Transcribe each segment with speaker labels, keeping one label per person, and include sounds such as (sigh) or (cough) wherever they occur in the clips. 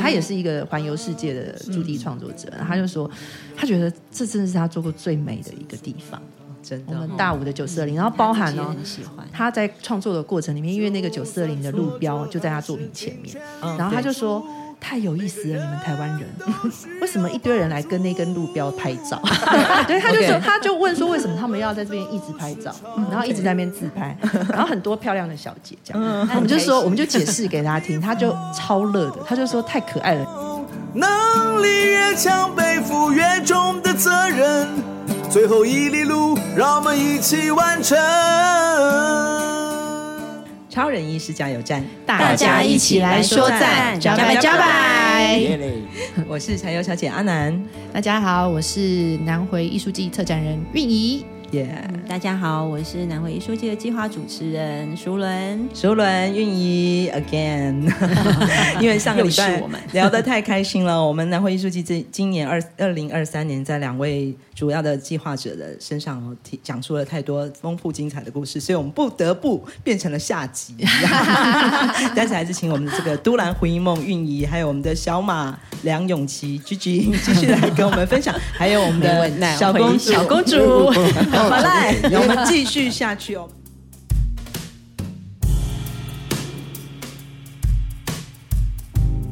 Speaker 1: 他也是一个环游世界的驻地创作者，他就说，他觉得这真的是他做过最美的一个地方。
Speaker 2: 真
Speaker 1: 我
Speaker 2: 的
Speaker 1: 们
Speaker 2: 哦，
Speaker 1: 大武的九四二零，然后包含
Speaker 3: 我
Speaker 1: 哦，
Speaker 3: 很喜欢。
Speaker 1: 他在创作的过程里面，因为那个九四二零的路标就在他作品前面，
Speaker 2: 嗯
Speaker 1: 然后他就
Speaker 2: 对
Speaker 1: 说。太有意思了，你们台湾人，为什么一堆人来跟那根路标拍照？对，他就说
Speaker 2: OK
Speaker 1: 他就问说，为什么他们要在这边一直拍照，然后一直在那边自拍，然后很多漂亮的小姐这样，我们就说，我们就解释给他听，他就超乐的，他就说太可爱了，
Speaker 4: 能力越强，背负越重的责任。最后一里路，让我们一起完成。
Speaker 2: 超人医师加油站，
Speaker 3: 大家一起来说赞，加拜加拜！
Speaker 5: 哎
Speaker 2: (laughs) 我是柴油小姐阿南，
Speaker 3: 大家好，我是南回艺术季策展人韵怡。
Speaker 2: 耶、
Speaker 6: 嗯大家好，我是南回艺术界的计划主持人淑伦。
Speaker 2: 熟伦运仪 again，因为上个礼
Speaker 6: 又
Speaker 2: 拜
Speaker 6: 是我们
Speaker 2: 聊得太开心了。我们南汇艺术季这今年二二零二三年，在两位主要的计划者的身上哦，提讲述了太多丰富精彩的故事，所以我们不得不变成了下集。
Speaker 6: (laughs)
Speaker 2: 但是还是请我们的这个都兰回忆梦运仪，还有我们的小马梁咏琪 G G 继续来跟我们分享，还有我们
Speaker 6: 没
Speaker 2: 的
Speaker 6: 问题
Speaker 2: 小公主
Speaker 6: 小公主
Speaker 2: 马赖，我们继续下去哦。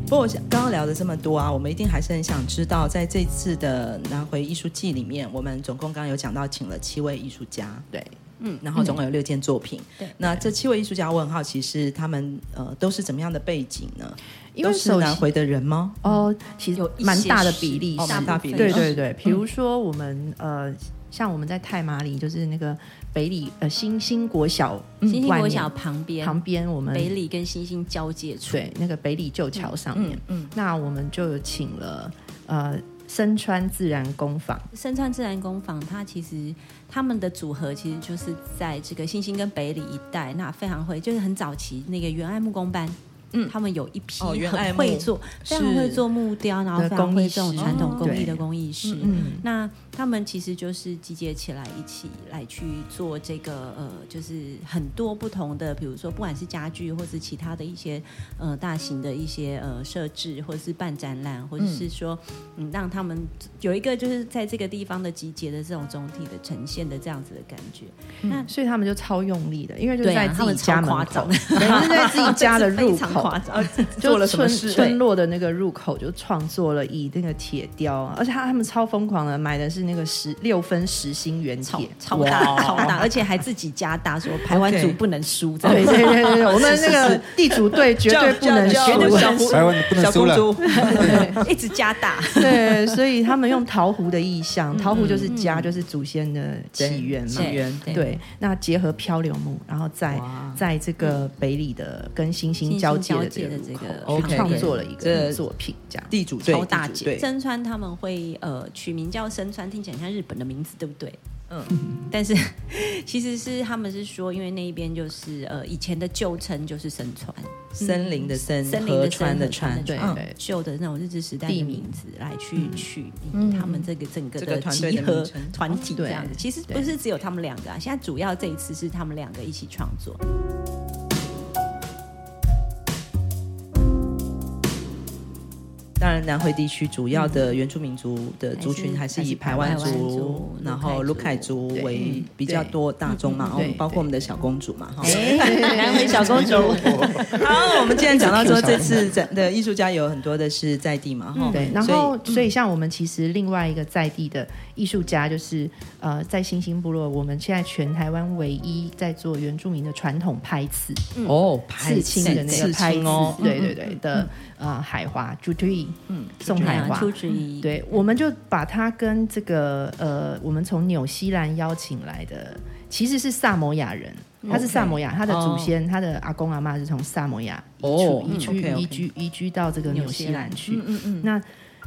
Speaker 2: 不过我想刚刚聊了这么多啊，我们一定还是很想知道，在这次的南回艺术季里面，我们总共刚刚有讲到请了七位艺术家，
Speaker 1: 对，
Speaker 2: 嗯，然后总共有六件作品。
Speaker 6: 嗯对
Speaker 2: 那这七位艺术家，我很好奇是他们呃都是怎么样的背景呢？
Speaker 1: 因为
Speaker 2: 都是
Speaker 1: 首
Speaker 2: 南
Speaker 1: 先
Speaker 2: 回的人吗？
Speaker 1: 哦，其实
Speaker 6: 有一
Speaker 1: 蛮
Speaker 6: 些
Speaker 1: 大的
Speaker 6: 是
Speaker 1: 比例
Speaker 2: 哦
Speaker 1: 是
Speaker 2: 蛮大比例
Speaker 1: 对
Speaker 2: 的
Speaker 1: 对
Speaker 6: 哦
Speaker 1: 对，比如说我们呃，像我们在泰马里，就是那个北里呃新兴国小，
Speaker 2: 嗯
Speaker 6: 星星国
Speaker 1: 万年
Speaker 6: 小旁边，
Speaker 1: 旁边我们
Speaker 6: 北里跟星星交界处，
Speaker 1: 对那个北里旧桥上面，
Speaker 2: 嗯，
Speaker 1: 那我们就有请了呃深川自然工坊，
Speaker 6: 深川自然工坊，它其实他们的组合其实就是在这个星星跟北里一带，那非常会，就是很早期那个原爱木工班。嗯，他们有一批
Speaker 2: 哦原爱
Speaker 6: 很
Speaker 2: 木
Speaker 6: 会做，非常
Speaker 2: 是
Speaker 6: 会做木雕，然后
Speaker 1: 的
Speaker 6: 非常
Speaker 1: 工艺
Speaker 6: 会这种
Speaker 1: 师
Speaker 6: 传统工艺
Speaker 1: 对
Speaker 6: 的工艺师。
Speaker 2: 嗯
Speaker 6: 那他们其实就是集结起来一起来去做这个呃，就是很多不同的，比如说不管是家具或是其他的一些呃大型的一些呃设置，或者是办展览，或者是说嗯让他们有一个就是在这个地方的集结的这种总体的呈现的这样子的感觉。
Speaker 1: 所以他们嗯就超用力的，因为就
Speaker 6: 对啊
Speaker 1: 在自
Speaker 6: 他
Speaker 1: 己
Speaker 6: 们
Speaker 1: 家
Speaker 6: 超
Speaker 1: 门
Speaker 6: 夸
Speaker 1: 口，
Speaker 6: 张
Speaker 1: (laughs) 对，就是在自己家的
Speaker 6: (laughs)
Speaker 1: 入
Speaker 6: 非常
Speaker 1: 口
Speaker 6: 夸。张，哦
Speaker 2: (laughs) 做了
Speaker 1: 就
Speaker 2: 什么
Speaker 1: 村
Speaker 2: 事
Speaker 1: 村落的那个入口就创作了以那个铁雕，啊而且他他们超疯狂的，买的是那个十六分实心原
Speaker 6: 超
Speaker 1: 铁，
Speaker 6: 超大
Speaker 2: 哇
Speaker 6: 超大，而且还自己加大说台湾
Speaker 2: OK
Speaker 6: 组不能输这样
Speaker 1: 对
Speaker 6: 子。
Speaker 1: 对对对，我们那个地主队绝对不能
Speaker 2: 叫
Speaker 1: 输
Speaker 2: 叫
Speaker 1: 对
Speaker 2: 叫小 (laughs)
Speaker 1: 对
Speaker 2: 公
Speaker 5: 台湾不能
Speaker 2: 小
Speaker 5: 输
Speaker 2: 公
Speaker 5: 了
Speaker 2: 主，
Speaker 6: (laughs) 一直加大，
Speaker 1: (laughs) 对，所以他们用桃核的意象，桃核就是
Speaker 2: 嗯
Speaker 1: 家，就是祖先的起源嘛
Speaker 2: 起。源
Speaker 6: 对
Speaker 1: 对，那结合漂流木，然后在
Speaker 2: 哇嗯
Speaker 1: 在这个北里的跟星星
Speaker 6: 星
Speaker 1: 交
Speaker 6: 星
Speaker 1: 界的
Speaker 6: 交界
Speaker 1: 这个
Speaker 6: 的这
Speaker 1: 入
Speaker 6: 个
Speaker 1: 口，
Speaker 2: OK，
Speaker 1: 去创作了一
Speaker 2: 这
Speaker 1: 个作品，这样。
Speaker 2: 地主队
Speaker 6: 超大
Speaker 2: 地主
Speaker 6: 姐。
Speaker 2: 队
Speaker 6: 深川他们会呃取名叫深川，听起来像日本的名字，对不对？嗯，但是 (laughs) 其实是他们是说，因为那一边就是呃以前的旧称就是深川，
Speaker 2: 森林的森，
Speaker 6: 嗯森林
Speaker 2: 河
Speaker 6: 的
Speaker 2: 川
Speaker 6: 森
Speaker 2: 的
Speaker 6: 河川
Speaker 2: 川，
Speaker 6: 的
Speaker 1: 对
Speaker 6: 川
Speaker 1: 对
Speaker 6: 旧的那种日治时代
Speaker 1: 地
Speaker 6: 的
Speaker 1: 名
Speaker 6: 名字来去取名他们这个整个
Speaker 2: 这个
Speaker 6: 的
Speaker 2: 团队
Speaker 6: 集
Speaker 2: 的
Speaker 6: 合
Speaker 2: 名称哦
Speaker 6: 团体这样子
Speaker 1: 对。
Speaker 6: 其实
Speaker 1: 对
Speaker 6: 不是只有他们两个啊，现在主要这一次是他们两个一起创作。
Speaker 2: 当然，南回地区主要的原住民族的族
Speaker 1: 嗯
Speaker 2: 群还
Speaker 6: 还
Speaker 2: 是
Speaker 6: 是
Speaker 2: 以排湾
Speaker 6: 排湾
Speaker 2: 族
Speaker 6: 族、
Speaker 2: 然后卢
Speaker 6: 卢
Speaker 2: 凯
Speaker 6: 凯
Speaker 2: 族
Speaker 6: 族
Speaker 2: 为
Speaker 1: 对
Speaker 2: 比较多大众嘛，
Speaker 1: 嗯
Speaker 2: 哦
Speaker 1: 对哎
Speaker 2: 包括我们的小公主嘛，哈。
Speaker 6: (laughs) 南回小公主，
Speaker 2: (laughs) 好，我们既然讲到说这次展的艺术家有很多的是在地嘛，哈。
Speaker 1: 嗯对，然
Speaker 2: 哦所以嗯
Speaker 1: 后所以像我们其实另外一个在地的艺术家，就是呃，在新兴部落，我们现在全台湾唯一在做原住民的传统拍刺
Speaker 2: 哦，
Speaker 1: 嗯刺青的那个拍
Speaker 2: 刺
Speaker 1: 刺
Speaker 2: 青哦，，
Speaker 1: 对对对的呃海华朱推，嗯，宋海华
Speaker 6: 啊
Speaker 2: 啊
Speaker 6: 出之一，
Speaker 2: 嗯
Speaker 1: 对，我们就把它跟这个呃，我们从纽西兰邀请来的，其实是萨摩亚人，
Speaker 2: 嗯
Speaker 1: 他是萨摩亚，他的祖先，他的阿公阿妈是从萨摩亚移出
Speaker 2: 哦
Speaker 1: 移居
Speaker 2: OK，OK
Speaker 1: 移居移居到这个纽西兰去。
Speaker 2: 嗯嗯
Speaker 1: 那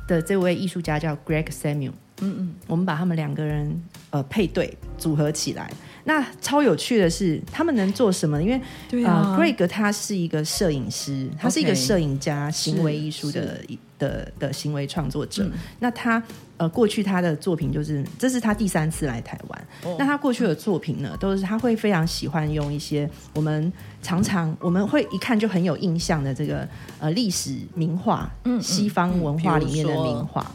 Speaker 1: 的这位艺术家叫 Greg Samuel，嗯嗯，我们把他们两个人呃配对组合起来，那超有趣的是，他们能做什么？因为
Speaker 2: 对
Speaker 1: 啊、g r e g 他是一个摄影师，他是一个摄影家、行为艺术的的的行为创作
Speaker 2: 嗯
Speaker 1: 者。那他呃，过去他的作品就是，这是他第三次来台湾。
Speaker 2: 哦
Speaker 1: 那他过去的作品呢，都是他会非常喜欢用一些我们常常我们会一看就很有印象的这个呃历史名画，
Speaker 2: 嗯
Speaker 1: 西方文化里面的名画。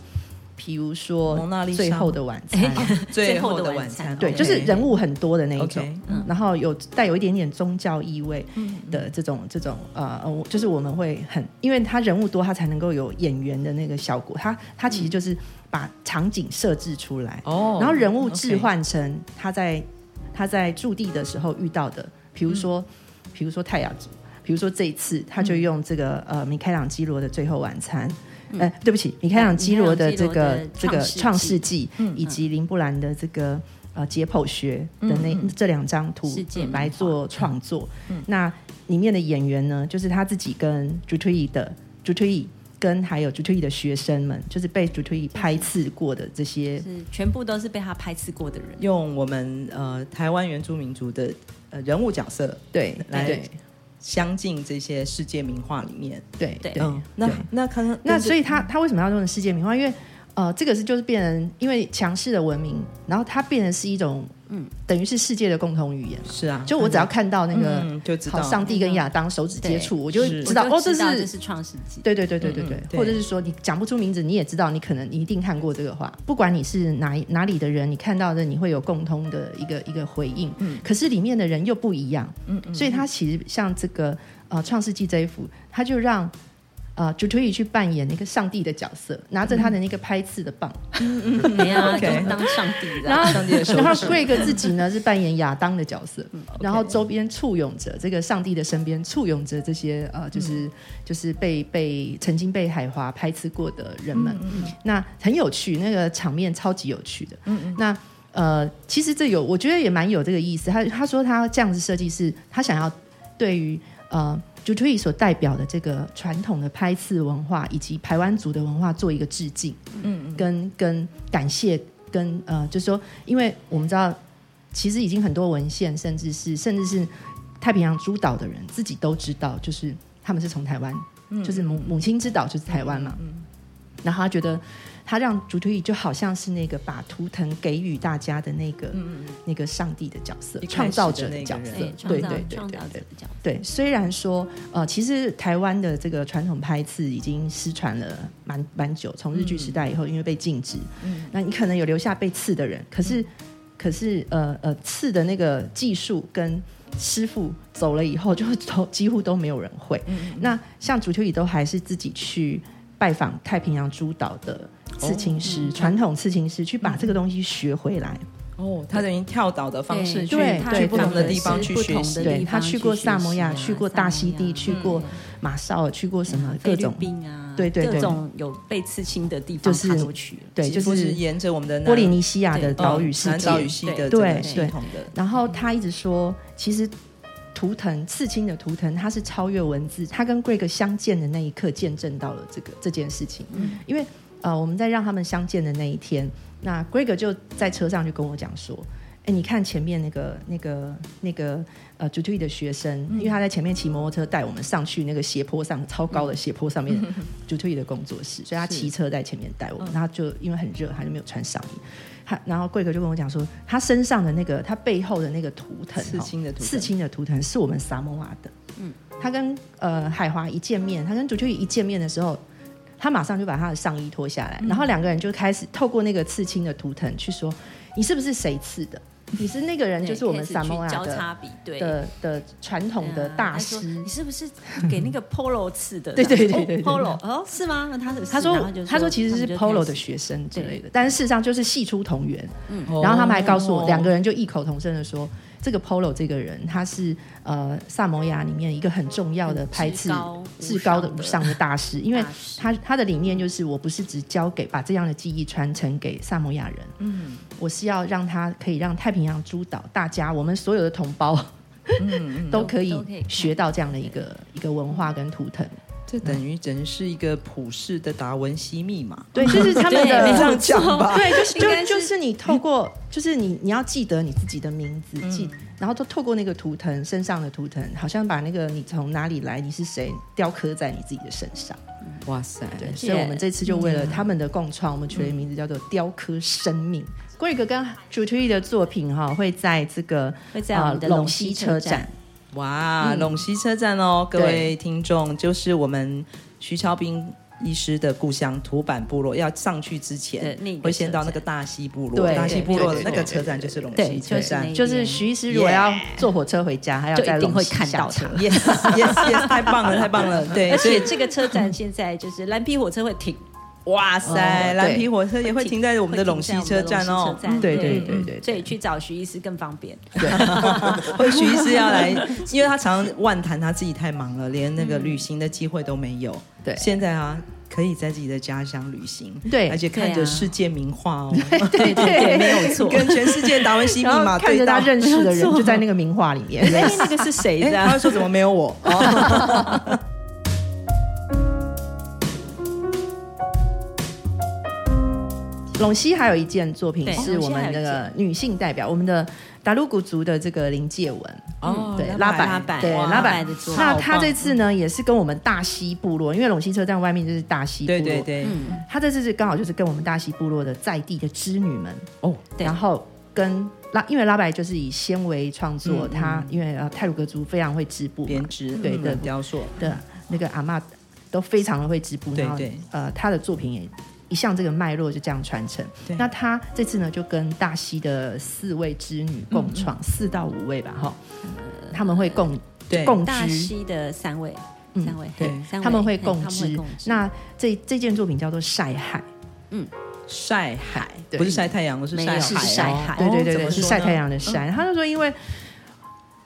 Speaker 1: 比如说
Speaker 2: 蒙娜丽
Speaker 1: 《
Speaker 2: 莎
Speaker 1: 最后的晚
Speaker 2: (laughs)
Speaker 1: 餐》
Speaker 2: 最
Speaker 6: 后
Speaker 2: 后
Speaker 6: 的
Speaker 2: 的
Speaker 6: 晚
Speaker 2: 晚
Speaker 6: 餐
Speaker 2: 餐，
Speaker 1: 对，
Speaker 2: OK
Speaker 1: 就是人物很多的那一种
Speaker 2: OK，嗯
Speaker 1: 嗯然后有带有一点点宗教意味的这种这种呃，呃我就是我们会很，因为他人物多，他才能够有演员的那个效果，他他其实
Speaker 2: 嗯
Speaker 1: 就是把场景设置出来，
Speaker 2: 哦
Speaker 1: 然后人物置换成他在他在驻地的时候遇到的，比如说
Speaker 6: 嗯
Speaker 1: 比如说泰雅族，比如说这一次他就用这个
Speaker 6: 嗯
Speaker 1: 呃米开朗基罗的《最后晚餐》。呃，对不起，米开朗基罗的这个
Speaker 6: 米
Speaker 1: 这
Speaker 6: 开朗基罗
Speaker 1: 个
Speaker 6: 的
Speaker 1: 创
Speaker 6: 创
Speaker 1: 世
Speaker 6: 世嗯
Speaker 1: 纪，以及林布兰的这个呃解剖学的那、这两张图
Speaker 6: 嗯世界名画嗯
Speaker 1: 来做创作。那里面的演员呢，就是他自己跟朱推义的朱推义跟还有朱推义的学生们，就是被朱推义拍刺过的这些
Speaker 6: 是全部都是被他拍刺过的人。
Speaker 2: 用我们呃台湾原住民族的呃人物角色
Speaker 1: 对
Speaker 2: 来
Speaker 1: 对
Speaker 2: 相近这些世界名画里面。
Speaker 1: 对
Speaker 6: 对
Speaker 1: 对
Speaker 2: 嗯，那那可能
Speaker 1: 那所
Speaker 2: 以
Speaker 1: 以他他为什么要用世界名画？因为呃，这个是就是变成因为强势的文明，然后它变成是一种嗯，等于是世界的共同语言嘛。
Speaker 2: 是啊，
Speaker 1: 就我只要看到那个、
Speaker 2: 嗯就知
Speaker 1: 好
Speaker 2: 道
Speaker 1: 上
Speaker 2: (laughs)
Speaker 1: 帝跟亚当手指接触，
Speaker 6: 对
Speaker 1: 我就会
Speaker 2: 是
Speaker 1: 知道
Speaker 6: 我
Speaker 1: 哦，
Speaker 6: 就
Speaker 1: 这
Speaker 6: 知道这
Speaker 1: 是
Speaker 6: 是创世纪，
Speaker 1: 对对对对对对，嗯
Speaker 2: 对
Speaker 1: 或者是说你讲不出名字，你也知道，你可能你一定看过这个画，不管你是哪哪里的人，你看到的你会有共通的一个一个回应。可是里面的人又不一样，所以他其实像这个呃《创世纪》这一幅，他就让。啊，朱推宇去扮演那个上帝的角色，拿着他的那个拍刺的棒，
Speaker 6: (laughs) 没啊，就
Speaker 2: OK
Speaker 6: 当上帝了。
Speaker 1: 然后
Speaker 2: 上帝的手指
Speaker 1: 然后 Greg 自己呢是扮演亚当的角色，然后周边簇拥着这个上帝的身边簇拥着这些呃，就是、就是被被曾经被海华拍刺过的人们，那很有趣，那个场面超级有趣的。嗯嗯，那呃，其实这有我觉得也蛮有这个意思。他他说他这样子设计是他想要对于呃。j u t u i 所代表的这个传统的拍刺文化，以及排湾族的文化做一个致敬，嗯，跟跟感谢跟呃，就是说，因为我们知道，其实已经很多文献，甚至是甚至是太平洋诸岛的人自己都知道，就是他们是从台湾，
Speaker 2: 嗯
Speaker 1: 就是母母亲之岛就是台湾嘛。然后他觉得，他让主推就好像是那个把图腾给予大家的那个、那个上帝的角色
Speaker 2: 嗯一，开始
Speaker 1: 创造者的角色
Speaker 2: 的那个
Speaker 6: 对
Speaker 2: 人，
Speaker 6: 哎
Speaker 1: 对对对对
Speaker 6: 创造创造者
Speaker 1: 对
Speaker 6: 的角色
Speaker 1: 对，虽然说呃，其实台湾的这个传统拍刺已经失传了蛮蛮久，从日据时代以后，因为被禁止，那你可能有留下被刺的人，可是、可是呃呃，刺的那个技术跟师傅走了以后，就都几乎都没有人会。那像主球椅都还是自己去拜访太平洋诸岛的刺青师，传统刺青师去把这个东西学回来。
Speaker 2: 哦，他等于跳岛的方式去
Speaker 1: 对
Speaker 6: 他
Speaker 2: 去
Speaker 1: 对
Speaker 2: 不同的
Speaker 6: 反而
Speaker 2: 地方
Speaker 6: 是
Speaker 2: 去
Speaker 6: 不
Speaker 2: 学
Speaker 6: 同
Speaker 2: 习
Speaker 6: 的。
Speaker 1: 对
Speaker 6: 地
Speaker 1: 他
Speaker 6: 方
Speaker 1: 去
Speaker 6: 去
Speaker 1: 过
Speaker 6: 学
Speaker 1: 萨摩
Speaker 6: 习
Speaker 1: 亚，
Speaker 6: 啊
Speaker 1: 去过
Speaker 6: 萨
Speaker 1: 大
Speaker 6: 摩
Speaker 1: 溪地，
Speaker 6: 亚
Speaker 1: 去过马绍尔，去过什么各
Speaker 6: 菲律
Speaker 1: 种。
Speaker 6: 宾啊，
Speaker 1: 对对对
Speaker 6: 各种有被刺青的地
Speaker 1: 就
Speaker 6: 方
Speaker 1: 是
Speaker 6: 他都去了。
Speaker 1: 对，
Speaker 2: 几
Speaker 1: 就
Speaker 2: 乎是
Speaker 1: 是
Speaker 2: 沿着我们的
Speaker 1: 波利
Speaker 2: 南
Speaker 1: 尼西亚的
Speaker 6: 对
Speaker 1: 岛屿
Speaker 2: 嗯
Speaker 1: 世
Speaker 2: 南
Speaker 1: 界，
Speaker 2: 岛语系的
Speaker 6: 对
Speaker 2: 这
Speaker 1: 对
Speaker 2: 个系
Speaker 1: 对
Speaker 2: 统的
Speaker 1: 然后他一直说，其实图腾刺青的图腾，它是超越文字。他跟 Greg 相见的那一刻，见证到了这个这件事情。因为呃，我们在让他们相见的那一天，那 Greg 就在车上就跟我讲说。哎，你看前面那个、那个、那个呃 j u t 的学生，
Speaker 2: 嗯
Speaker 1: 因为他在前面骑摩托车带我们上去那个斜坡上超高的斜坡上面
Speaker 2: 嗯
Speaker 1: (laughs) j u t 的工作室，所以他骑车在前面带我们，然后就因为很热，他就没有穿上衣。他然后贵哥就跟我讲说，他身上的那个他背后的那个图腾，
Speaker 2: 刺青的图腾
Speaker 1: 刺青的图腾是我们萨摩瓦的。嗯，他跟呃海华一见面，他跟主秋一见面的时候，他马上就把他的上衣脱下来，
Speaker 6: 嗯
Speaker 1: 然后两个人就开始透过那个刺青的图腾去说，你是不是谁刺的？你是那个人，
Speaker 6: 对
Speaker 1: 就是我们
Speaker 6: 开始
Speaker 1: 萨
Speaker 6: 去
Speaker 1: 摩瓦
Speaker 6: 交
Speaker 1: 的
Speaker 6: 叉比对
Speaker 1: 的的传统的大
Speaker 6: 对啊他说
Speaker 1: 师
Speaker 6: 你。是不是给那个 Polo 刺
Speaker 1: (laughs)
Speaker 6: 的？
Speaker 1: 对对对对对对
Speaker 6: 哦 Polo 哦是吗？那他是
Speaker 1: 他
Speaker 6: 然后
Speaker 1: 说
Speaker 6: 就：“
Speaker 1: 他说其实
Speaker 6: 他
Speaker 1: 是
Speaker 6: 们就
Speaker 1: Polo
Speaker 6: 开始
Speaker 1: 的学生之类的，但是事实上就是系出同源。
Speaker 2: 哦
Speaker 1: 然后他们还告诉我，两个人就异口同声的说，这个 Polo 这个人，他是呃萨摩亚里面一个很重要的拍刺
Speaker 6: 至高无
Speaker 1: 至高的
Speaker 6: 上
Speaker 1: 无
Speaker 6: 的
Speaker 1: 上的大师，因为
Speaker 6: 大师
Speaker 1: 他他的理念就是，我不是只教给把这样的技艺传承给萨摩亚人，嗯，我是要让他可以让太平洋诸岛大家，我们所有的 (laughs) 同胞。都可以
Speaker 6: 都可以看
Speaker 1: 学到这样的一个一个文化跟图腾，
Speaker 2: 这等于真是一个普世的达文西密码。
Speaker 1: 对，就是他们
Speaker 6: 对
Speaker 1: 的
Speaker 6: 没
Speaker 2: 这
Speaker 6: 错
Speaker 2: 样讲
Speaker 1: (laughs)
Speaker 2: 吧，
Speaker 1: 对，就是
Speaker 6: 应该
Speaker 1: 就是就是你透过，就是你你要记得你自己的名字，记，
Speaker 6: 嗯
Speaker 1: 然后都透过那个图腾身上的图腾，好像把那个你从哪里来，你是谁，雕刻在你自己的身上。
Speaker 2: 哇塞，
Speaker 1: 对，
Speaker 6: 且
Speaker 1: 所以我们这次就为了他们的共创，我们取了一个名字叫做“雕刻生命”。贵哥跟主 t 的作品哈、会在这个
Speaker 6: 会在我们的
Speaker 1: 呃
Speaker 6: 陇
Speaker 1: 陇
Speaker 6: 西
Speaker 1: 西车
Speaker 6: 车站
Speaker 1: 站。
Speaker 2: 哇，
Speaker 1: 嗯
Speaker 2: 陇西车站哦，各
Speaker 1: 对
Speaker 2: 位听众，就是我们徐超斌医师的故乡土坂部落，要上去之
Speaker 6: 对
Speaker 2: 前
Speaker 6: 那个
Speaker 2: 会先
Speaker 6: 车
Speaker 2: 到那个
Speaker 6: 站
Speaker 2: 大溪部落，
Speaker 1: 对
Speaker 2: 大溪部落的
Speaker 1: 对
Speaker 2: 那
Speaker 1: 对
Speaker 2: 个车站就是陇
Speaker 6: 对
Speaker 2: 西
Speaker 6: 就
Speaker 2: 车
Speaker 6: 是那
Speaker 2: 站
Speaker 6: 一。
Speaker 1: 就是徐医师如果要坐火车回家，还要
Speaker 6: 就
Speaker 1: 在
Speaker 6: 一定
Speaker 1: 陇
Speaker 6: 会
Speaker 1: 西
Speaker 6: 看
Speaker 1: 下
Speaker 6: 到
Speaker 1: 车 (laughs)
Speaker 6: 他
Speaker 2: Yes, yes, yes！太棒了，太棒了！对，
Speaker 6: 而
Speaker 2: 所以
Speaker 6: 且这个车站现在就是蓝皮火车会停，
Speaker 2: 哇塞，
Speaker 1: 哦
Speaker 2: 蓝
Speaker 1: 对
Speaker 2: 皮火车也会停在我们的陇西车站
Speaker 6: 会
Speaker 2: 哦
Speaker 6: 停在我。们的
Speaker 1: 对
Speaker 6: 陇
Speaker 1: 对
Speaker 6: 西车站嗯
Speaker 1: 对对
Speaker 6: 所以
Speaker 1: 对
Speaker 6: 去找徐医师更方便。 (laughs)
Speaker 2: 或许是要来，因为他常常万谈他自己太忙了，连那个旅行的机会都没有。
Speaker 1: 对
Speaker 2: 现在啊，可以在自己的家乡旅行，
Speaker 1: 对
Speaker 2: 而且看
Speaker 6: 对啊
Speaker 2: 着世界名画哦，
Speaker 1: 对对，
Speaker 6: 没有错
Speaker 2: 跟全世界达文西密
Speaker 1: 然后
Speaker 2: 码
Speaker 1: 看
Speaker 2: 对
Speaker 1: 着
Speaker 2: 到
Speaker 1: 他。认识的人就在那个名画里面。
Speaker 6: 哎，那个是谁
Speaker 2: 哎，
Speaker 6: 的
Speaker 2: 他
Speaker 6: 啊
Speaker 2: 会？说怎么没有我？
Speaker 1: 陇西还有一件作品
Speaker 6: 对
Speaker 1: 是我们那个女性代表，我们的达鲁古族的这个林介文，
Speaker 2: 哦
Speaker 1: 嗯对，拉
Speaker 2: 拉板
Speaker 1: 板，
Speaker 6: 拉板
Speaker 1: 对，
Speaker 6: 哇
Speaker 1: 拉
Speaker 6: 拉
Speaker 1: 板
Speaker 6: 板的作品
Speaker 1: 那
Speaker 2: 好
Speaker 1: 他
Speaker 2: 棒
Speaker 1: 这次呢，也是跟我们大溪部落，因为陇西车站外面就是大溪部
Speaker 2: 对
Speaker 1: 落，
Speaker 2: 对对，
Speaker 6: 嗯，
Speaker 1: 他这次是刚好就是跟我们大溪部落的在地的织女们，
Speaker 2: 哦，
Speaker 6: 对
Speaker 1: 然后跟拉，因为拉白就是以纤维创作，他因为呃泰鲁格族非常会织布嘛
Speaker 2: 编织
Speaker 1: 对
Speaker 2: 嗯
Speaker 1: 对
Speaker 2: 雕塑，
Speaker 1: 的那个阿嬷都非常的会织布，
Speaker 2: 对
Speaker 1: 然后
Speaker 2: 对
Speaker 1: 呃他的作品也一向这个脉络就这样传承
Speaker 2: 对。
Speaker 1: 那他这次呢就跟大溪的四位织女共创、
Speaker 2: 嗯
Speaker 1: 四到五位吧哈，他们会共
Speaker 2: 对
Speaker 1: 共
Speaker 6: 大
Speaker 1: 织。
Speaker 6: 溪的三位，
Speaker 1: 嗯
Speaker 6: 三位，
Speaker 2: 对
Speaker 6: 嘿三位
Speaker 1: 他们会
Speaker 6: 嘿
Speaker 1: 共
Speaker 6: 他们
Speaker 1: 织
Speaker 6: 会共， (laughs)
Speaker 1: 那这这件作品叫做晒海，
Speaker 2: 晒海，
Speaker 1: 对
Speaker 2: 不是晒太阳，我是
Speaker 6: 没有
Speaker 2: 晒海
Speaker 6: 是
Speaker 2: 哦，
Speaker 6: 晒海
Speaker 1: 对对对
Speaker 2: 哦怎
Speaker 1: 对，
Speaker 2: 么
Speaker 1: 是
Speaker 2: 说
Speaker 1: 晒
Speaker 2: 呢嗯
Speaker 1: 太阳的
Speaker 6: 嗯
Speaker 1: 晒。他就说，因为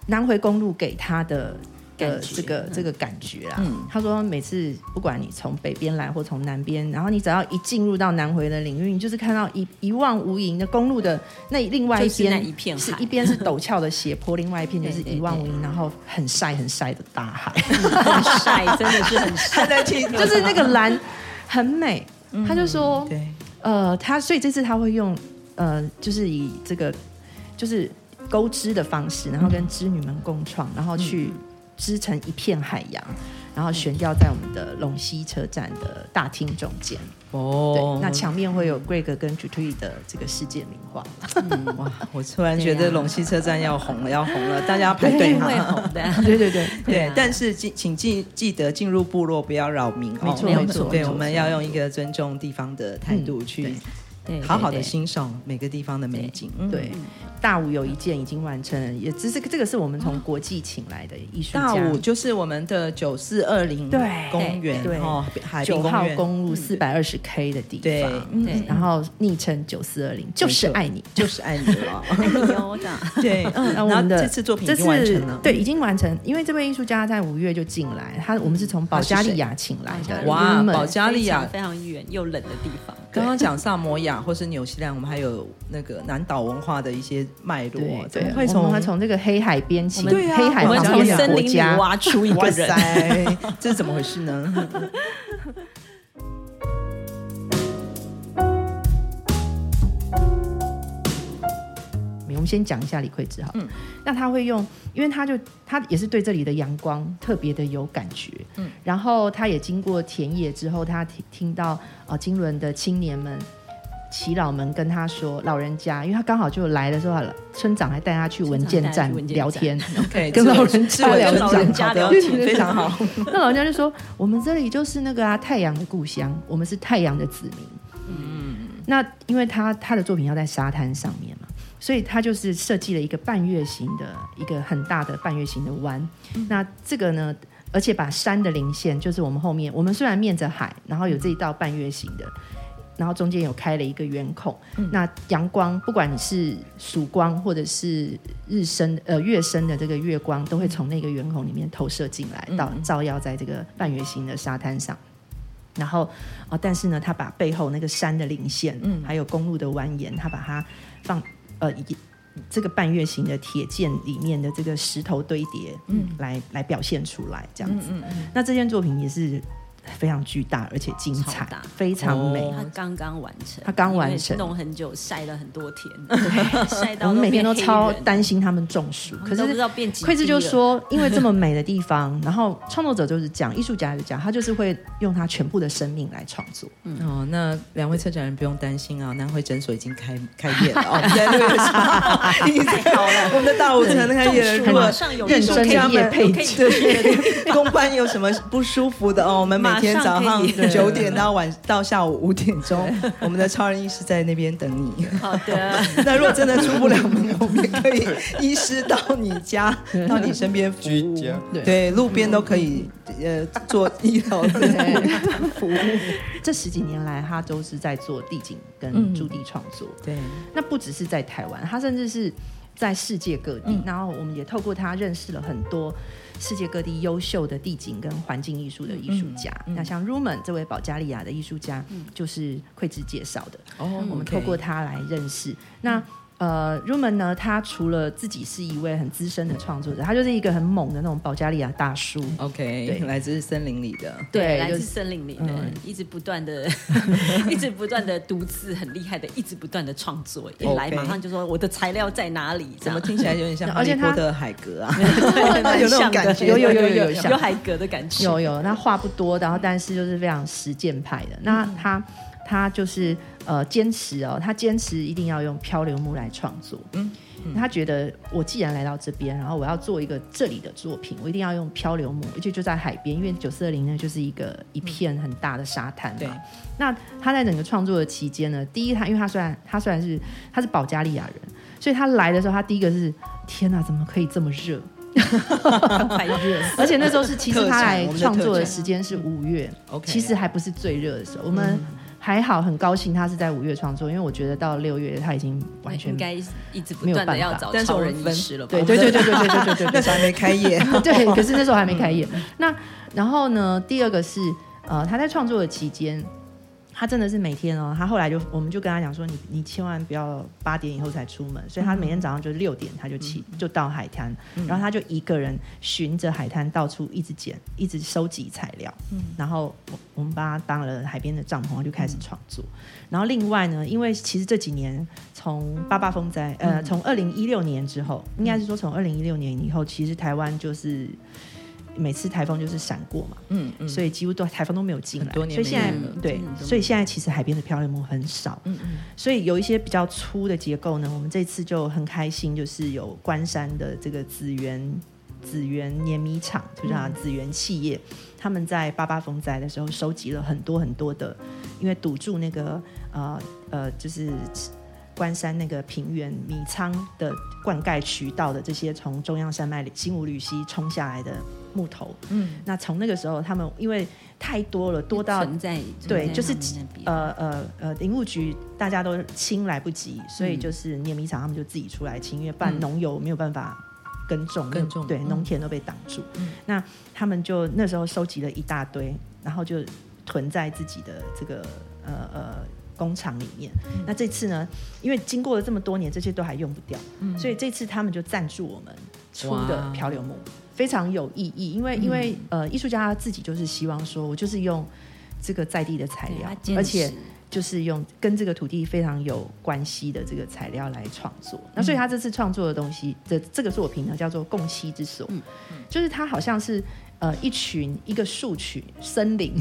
Speaker 1: 南回公路给他的的
Speaker 6: 感觉
Speaker 1: 这个
Speaker 6: 嗯
Speaker 1: 这个感觉啦
Speaker 2: 嗯，
Speaker 1: 他说每次不管你从北边来或从南边，然后你只要一进入到南回的领域，你就是看到一一望无垠的公路的那另外一
Speaker 6: 就是那
Speaker 1: 边
Speaker 6: 一片
Speaker 1: 是
Speaker 6: 海
Speaker 1: 一边是陡峭的斜坡，另外
Speaker 6: (laughs)
Speaker 1: 一片就是
Speaker 6: 对对
Speaker 1: 一望无垠，然后很晒很晒的大
Speaker 6: (laughs)
Speaker 1: 海，
Speaker 6: 很晒，真的是很晒。
Speaker 1: 就是那个蓝很美。
Speaker 6: 嗯
Speaker 1: 他就说，
Speaker 2: 对，
Speaker 1: 呃，他所以这次他会用呃，就是以这个就是钩织的方式，然后跟织女们共创，然后去织成一片海洋，然后悬吊在我们的陇西车站的大厅中间。对，
Speaker 2: 哦，
Speaker 1: 那墙面会有 Greg 跟 j u t i 的这个世界名画。
Speaker 2: 嗯哇！我突然觉
Speaker 6: 对
Speaker 2: 得
Speaker 6: 啊
Speaker 2: 陇西车站要红了，要红了，大家要排队
Speaker 6: 对，会
Speaker 2: 哈。
Speaker 6: 红
Speaker 1: (laughs)
Speaker 6: 的。
Speaker 1: 啊 (laughs) 对对对，
Speaker 6: 对
Speaker 2: (laughs) 对
Speaker 6: 啊，
Speaker 2: 但是记请记记得进入部落不要扰民哦，
Speaker 1: 没错
Speaker 6: 没错没
Speaker 2: 对，
Speaker 1: 错嗯
Speaker 2: 我们要用一个尊重地方的态度去
Speaker 1: 对
Speaker 6: 对，
Speaker 2: 好好的
Speaker 6: 对
Speaker 2: 欣赏每个地方的美景。嗯，
Speaker 1: 对，大武有一件已经完成了，也只是这个是我们从国际请来的艺术家。
Speaker 2: 大武就是我们的九四二零
Speaker 1: 对
Speaker 2: 公园
Speaker 1: 对
Speaker 2: 哦，海滨
Speaker 1: 九
Speaker 2: 公
Speaker 1: 号
Speaker 2: 园，
Speaker 1: 公路四百二十 K 的地
Speaker 2: 对
Speaker 1: 方，，
Speaker 2: 嗯
Speaker 6: 对
Speaker 1: 然后昵称九四二零，就是爱你。
Speaker 2: 就是爱你了。 (laughs)
Speaker 1: (laughs)
Speaker 6: 哎呦，这样
Speaker 2: 对，嗯，
Speaker 1: 那
Speaker 2: 然
Speaker 1: 我
Speaker 2: 后
Speaker 1: 们的
Speaker 2: 这次作品
Speaker 1: 这
Speaker 2: 已
Speaker 1: 次
Speaker 2: 经完成了，
Speaker 1: 对，已经完成。因为这位艺术家在五月就进来，他我们是从保加利亚请来
Speaker 6: 他是
Speaker 1: 的
Speaker 6: 谁。
Speaker 2: 哇
Speaker 1: Lumen
Speaker 2: 保加利亚
Speaker 6: 非常非常远又冷的地方。
Speaker 2: 刚刚讲萨摩亚或是纽西兰，我们还有那个南岛文化的一些脉络
Speaker 1: 对，
Speaker 2: 怎么
Speaker 1: 对，
Speaker 2: 会
Speaker 1: 我
Speaker 2: 从
Speaker 1: 们会从这个黑海边起，
Speaker 6: 我们对
Speaker 2: 啊
Speaker 1: 黑海
Speaker 6: 我们
Speaker 1: 旁
Speaker 6: 从
Speaker 1: 边的
Speaker 6: 森
Speaker 1: 国
Speaker 6: 林里
Speaker 1: 家。
Speaker 6: 挖出一个
Speaker 2: 哇
Speaker 6: 人， (laughs)
Speaker 2: 塞， (laughs) 这是怎么回
Speaker 1: (laughs)
Speaker 2: 事呢？
Speaker 1: 我们先讲一下李慧芝好，嗯，那他会用，因为他就他也是对这里的阳光特别的有感觉，嗯，然后他也经过田野之后，他听听到呃金轮的青年们。耆老们跟他说，老人家，因为他刚好就来的时候，村长还带他去文件
Speaker 6: 村长带他
Speaker 1: 站
Speaker 6: 去文件
Speaker 1: 聊
Speaker 6: 站
Speaker 1: 天，
Speaker 2: OK，
Speaker 1: 跟
Speaker 2: 自我
Speaker 1: 老人家
Speaker 2: 自我
Speaker 1: 聊
Speaker 2: 成
Speaker 1: 天
Speaker 2: 长好的
Speaker 6: 对
Speaker 1: (laughs) 对对
Speaker 2: 非常好。
Speaker 1: 那老人家就说：“我们这里就是那个啊，太阳的故乡，我们是太阳的子民。”嗯，那因为他他的作品要在沙滩上面嘛，所以他就是设计了一个半月形的一个很大的半月形的湾。那这个呢，而且把山的零线，就是我们后面，我们虽然面着海，然后有这一道半月形的。然后中间有开了一个圆孔，
Speaker 6: 嗯
Speaker 1: 那阳光不管你是曙光或者是日升呃月升的这个月光，都会从那个圆孔里面投射进
Speaker 6: 嗯
Speaker 1: 来，到照耀在这个半圆形的沙滩上。然后哦，但是呢，他把背后那个山的零线，嗯，还有公路的蜿蜒，他把它放呃一这个半月形的铁件里面的这个石头堆叠，嗯，来来表现出来这样子。
Speaker 6: 嗯
Speaker 1: 那这件作品也是非常巨大而且精彩
Speaker 6: 超大，哦
Speaker 1: 非常美。
Speaker 6: 它刚刚完成，
Speaker 1: 它刚完成
Speaker 6: 因为弄很久，晒了很多天，对， (laughs) 晒到
Speaker 1: 我们每天都超
Speaker 6: 单。
Speaker 1: 担心他们中暑，可
Speaker 6: 们都不知
Speaker 1: 是
Speaker 6: 道变几
Speaker 1: 惠子
Speaker 6: 滴
Speaker 1: 就
Speaker 6: 了
Speaker 1: 说，因为这么美的地方， (laughs) 然后创作者就是这样，艺术家就这样，他就是会用他全部的生命来创
Speaker 6: (laughs)
Speaker 1: 作。
Speaker 6: 嗯
Speaker 2: 哦，那两位策展人不用担心啊，南汇诊所已经开开业了，哦，我们在六月十八
Speaker 6: (laughs)
Speaker 2: 号已经在好了，我们的大五城开业了，
Speaker 6: 中暑
Speaker 2: 如果
Speaker 6: 马上有
Speaker 2: 认
Speaker 6: 医生
Speaker 2: 真
Speaker 6: 可以
Speaker 2: 他们
Speaker 1: 业配
Speaker 2: 对对对， (laughs) 公办有什么不舒服的哦，我们每天早
Speaker 6: 马上
Speaker 2: 上
Speaker 6: 可以
Speaker 2: 九点到晚到下午五点钟，我们的超人医师在那边等你。
Speaker 6: 好的，
Speaker 2: 那如果真的出不了门，我们
Speaker 6: (laughs)
Speaker 2: 也可以医师到你家，到你身边服务
Speaker 5: 居家，
Speaker 2: 对，路边都可以呃做医疗的服务，
Speaker 1: (laughs) 这十几年来，他都是在做地景
Speaker 6: 嗯
Speaker 1: 跟驻地创作。
Speaker 2: 对。
Speaker 1: 那不只是在台湾，他甚至是在世界各地。
Speaker 6: 嗯
Speaker 1: 然后我们也透过他认识了很多世界各地优秀的地景跟环境艺术的艺术家。
Speaker 6: 嗯
Speaker 1: 那像 Ruman 这位保加利亚的艺术家，就是慧芝介绍的。
Speaker 2: 哦，
Speaker 1: 我们透
Speaker 2: OK
Speaker 1: 过他来认识。那呃，Ruman 呢，他除了自己是一位很资深的创作者，他就是一个很猛的那种保加利亚大叔。
Speaker 2: OK，
Speaker 1: 对
Speaker 2: 来自森林里的，
Speaker 1: 对
Speaker 6: 来
Speaker 1: 就
Speaker 6: 自
Speaker 1: 是
Speaker 6: 森林里的，一直不断的，一直不断的独自很厉害的，一直不断的创作，一来
Speaker 2: OK
Speaker 6: 马上就说我的材料在哪里，
Speaker 2: 怎
Speaker 6: 怎
Speaker 2: 么听起来有点像《
Speaker 1: (laughs)
Speaker 2: 哈
Speaker 1: 而
Speaker 2: 利
Speaker 1: 且
Speaker 2: 波
Speaker 1: 他
Speaker 2: 特》海
Speaker 1: (laughs)
Speaker 2: 格啊？
Speaker 6: 有
Speaker 2: 有那种感觉
Speaker 1: 有有有有有
Speaker 6: 有海格的感觉，
Speaker 1: 有有，那话不多，然后但是就是非常实践派的。那他他就是呃坚持哦，他坚持一定要用漂流木来创作。嗯，他觉得我既然来到这边，然后我要做一个这里的作品，我一定要用漂流木，而且就在海边，因为九四二零呢就是一个一片很大的沙滩
Speaker 2: 对
Speaker 1: 嘛。那他在整个创作的期间呢，第一他因为他虽然他虽然是他是保加利亚人，所以他来的时候，他第一个是天哪，怎么可以这么热？
Speaker 6: 快热
Speaker 2: (laughs)
Speaker 6: 死。
Speaker 1: 而且那时候是，其实他来
Speaker 2: 特展我们的
Speaker 1: 创作
Speaker 2: 特
Speaker 1: 的
Speaker 2: 展
Speaker 1: 时间是五月
Speaker 2: OK 嗯
Speaker 1: 其实还不是最热的时候。我们还好，很高兴他是在五月创作，因为我觉得到六月他已经完全
Speaker 2: 哎
Speaker 6: 应该一直不
Speaker 1: 没有
Speaker 6: 断的
Speaker 1: 办
Speaker 6: 要
Speaker 1: 法
Speaker 6: 找
Speaker 2: (laughs) 但是
Speaker 6: 超
Speaker 2: 我
Speaker 6: 人
Speaker 2: 们
Speaker 6: 医
Speaker 2: 分
Speaker 6: 师了吧？
Speaker 1: 对对对对对对对对对
Speaker 2: (laughs) 那时候还没开
Speaker 1: (laughs)
Speaker 2: 业，
Speaker 1: 对，可是那时候还没开业。那然后呢，第二个是呃，他在创作的期间，他真的是每天哦，他后来就我们就跟他讲说，你你千万不要八点以后才出门，所以他每天早上就六点他就起、就到海滩，然后他就一个人循着海滩到处一直捡，一直收集材料，然后我我们帮他当了海边的帐篷，他就开始创作。然后另外呢，因为其实这几年从八八风灾，
Speaker 2: 嗯
Speaker 1: 呃，从二零一六年之后，应该是说从二零一六年以后，其实台湾就是每次台风就是闪过嘛，
Speaker 2: 嗯嗯，
Speaker 1: 所以几乎都台风都没有进来，
Speaker 2: 很多年
Speaker 1: 所以现
Speaker 2: 没有
Speaker 1: 在
Speaker 2: 了
Speaker 1: 对
Speaker 2: 真的，都
Speaker 1: 所以现在其实海边的漂流木很少，嗯嗯，所以有一些比较粗的结构呢，我们这次就很开心，就是有关山的这个紫源紫源碾米厂，就是啊
Speaker 2: 嗯
Speaker 1: 紫源企业，他们在八八风灾的时候收集了很多很多的，因为堵住那个呃呃就是。关山那个平原米仓的灌溉渠道的这些从中央山脉里新五吕溪冲下来的木头，嗯，那从那个时候他们因为太多了，多到
Speaker 6: 存在
Speaker 1: 对
Speaker 6: 存在
Speaker 1: 就是
Speaker 6: 他们那边
Speaker 1: 呃呃呃，林务局大家都清来不及，所以就是碾米厂他们就自己出来清，因为不然农友没有办法耕种，
Speaker 2: 耕种
Speaker 1: 对
Speaker 2: 嗯
Speaker 1: 农田都被挡住。那他们就那时候收集了一大堆，然后就囤在自己的这个呃呃。工厂里面，
Speaker 6: 嗯
Speaker 1: 那这次呢？因为经过了这么多年，这些都还用不掉，
Speaker 6: 嗯
Speaker 1: 所以这次他们就赞助我们出的
Speaker 2: 哇
Speaker 1: 漂流木，非常有意义。因为因为、
Speaker 6: 嗯
Speaker 1: 呃，艺术家他自己就是希望说，我就是用这个在地的材
Speaker 6: 对
Speaker 1: 料
Speaker 6: 他，坚
Speaker 1: 而且
Speaker 6: 持
Speaker 1: 就是用跟这个土地非常有关系的这个材料来创作。那
Speaker 6: 嗯
Speaker 1: 所以他这次创作的东西的这个作品呢，叫做《共栖之所》，
Speaker 6: 嗯
Speaker 1: 就是它好像是呃一群一个树群森
Speaker 6: (laughs)
Speaker 1: 林，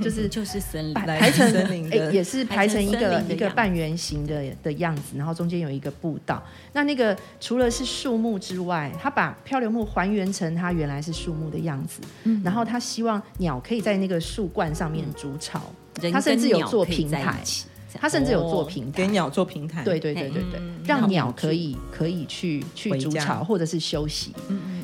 Speaker 1: 就是
Speaker 6: 就是森林
Speaker 1: 排
Speaker 2: 来
Speaker 1: 排成
Speaker 2: 自森林
Speaker 1: 哎
Speaker 2: 的
Speaker 1: 也是排
Speaker 6: 排成
Speaker 1: 成一
Speaker 6: 森
Speaker 1: 个
Speaker 6: 林的
Speaker 1: 一个
Speaker 6: 样
Speaker 1: 半圆形的的样子，然后中间有一个步道。那那个除了是树木之外，他把漂流木还原成它原来是树木的样子，
Speaker 6: 嗯
Speaker 1: 然后他希望鸟可以在那个树冠上面筑巢，
Speaker 6: 嗯人
Speaker 1: 他甚
Speaker 6: 跟
Speaker 1: 至有
Speaker 6: 鸟
Speaker 1: 做
Speaker 6: 可以
Speaker 1: 平
Speaker 6: 在一
Speaker 1: 台
Speaker 6: 起这样
Speaker 1: 他甚至有做平台
Speaker 2: 给。鸟做平台，
Speaker 1: 对对对对对，让鸟可以可以去去
Speaker 2: 回
Speaker 1: 筑
Speaker 2: 家
Speaker 1: 巢或者是休息。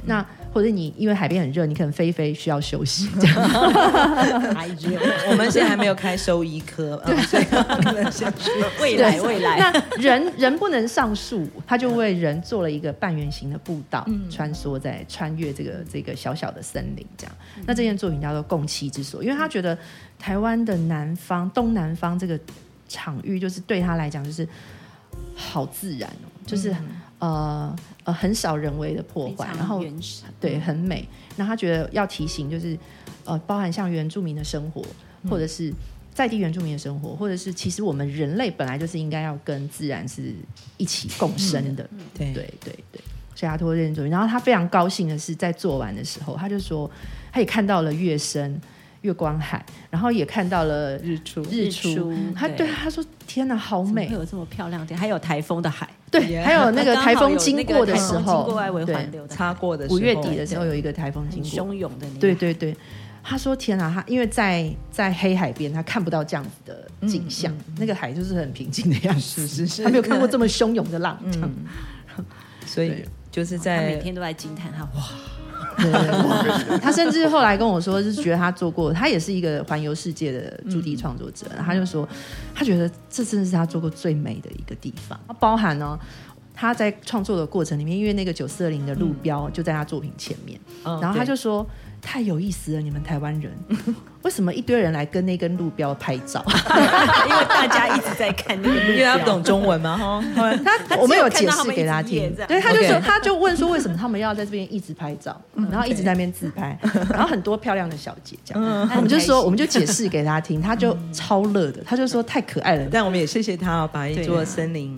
Speaker 1: 那或者你因为海边很热，你可能飞一飞需要休息。这样
Speaker 6: 哎呦
Speaker 2: (laughs) 我们现在还没有开收医科，
Speaker 1: (laughs)
Speaker 2: 啊所以可能先去
Speaker 6: 未
Speaker 1: 对
Speaker 6: 来未来，
Speaker 1: 那人人不能上树，他就为人做了一个半圆形的步道，穿梭在穿越这个这个小小的森林，这样。那这件作品叫做《共栖之所》，因为他觉得台湾的南方、东南方这个场域，就是对他来讲就是好自然哦，就是。呃呃很少人为的破
Speaker 6: 非
Speaker 1: 坏，然后
Speaker 6: 常原始，
Speaker 1: 对，很美。那他觉得要提醒就是，呃，包含像原住民的生活，
Speaker 6: 嗯
Speaker 1: 或者是在地原住民的生活，或者是其实我们人类本来就是应该要跟自然是一起共
Speaker 6: 嗯
Speaker 1: 生的。
Speaker 2: 对
Speaker 1: 对对对，所以他拖认主义。然后他非常高兴的是，在做完的时候，他就说他也看到了月升、月光海，然后也看到了日出、日
Speaker 6: 日
Speaker 1: 出
Speaker 6: 出。
Speaker 1: 他
Speaker 6: 对
Speaker 1: 对他说：“天哪，好
Speaker 6: 怎么
Speaker 1: 美
Speaker 6: 会！”有这么漂亮的，还有台风的海，
Speaker 1: 对，还有那个
Speaker 6: 刚好
Speaker 1: 台风
Speaker 6: 有
Speaker 1: 经
Speaker 6: 那个
Speaker 1: 过的
Speaker 6: 台
Speaker 1: 时
Speaker 6: 风经
Speaker 1: 候，
Speaker 6: 过外围
Speaker 1: 对
Speaker 6: 环流的海
Speaker 2: 擦过的时候
Speaker 1: 五月底的时候有一个台风经
Speaker 6: 很
Speaker 1: 过，
Speaker 6: 汹涌的那个
Speaker 1: 对对对，他说天啊，他因为在在黑海边，他看不到这样子的景象，那个海就是很平静的样子，
Speaker 2: 嗯是是嗯
Speaker 1: 他没有看过这么汹涌的浪，这样
Speaker 2: 所以就是
Speaker 1: 哎
Speaker 6: 他每
Speaker 2: 在
Speaker 6: 天都在惊叹他哇，
Speaker 1: 对对对他甚至后来跟我说，是觉得他做过，他也是一个环游世界的驻地创作者，然后他就说，他觉得这真的是他做过最美的一个地方，包含呢、他在创作的过程里面，因为那个九四二零的路标就在他作品前面，
Speaker 2: 嗯
Speaker 1: 然后他
Speaker 2: 对
Speaker 1: 就说太有意思了，你们台湾人为什么一堆人来跟那根路标拍照？(laughs)
Speaker 6: (laughs) 因为大家一直在看那个路
Speaker 2: 因为他
Speaker 6: 标
Speaker 2: 不懂中文
Speaker 1: (laughs)
Speaker 2: 嘛，哈，后来
Speaker 1: 他
Speaker 6: 他
Speaker 1: 我们
Speaker 6: 只有
Speaker 1: 有
Speaker 6: 看
Speaker 1: 解
Speaker 6: 到他
Speaker 1: 释
Speaker 6: 们
Speaker 1: 给他
Speaker 6: 一直夜
Speaker 1: 听
Speaker 6: 这，样
Speaker 1: 对，他就
Speaker 2: OK
Speaker 1: 说他就问说为什么他们要在这边一直拍照，
Speaker 6: 嗯
Speaker 1: 然后一直在那边自拍，然后很多漂亮的小姐这
Speaker 6: 嗯
Speaker 1: 样，我们就说我们就解释给他听，他就超乐的，他就说太可爱了，
Speaker 2: 但我们也谢谢他、哦、把一
Speaker 6: 对
Speaker 2: 座
Speaker 6: 啊
Speaker 2: 森林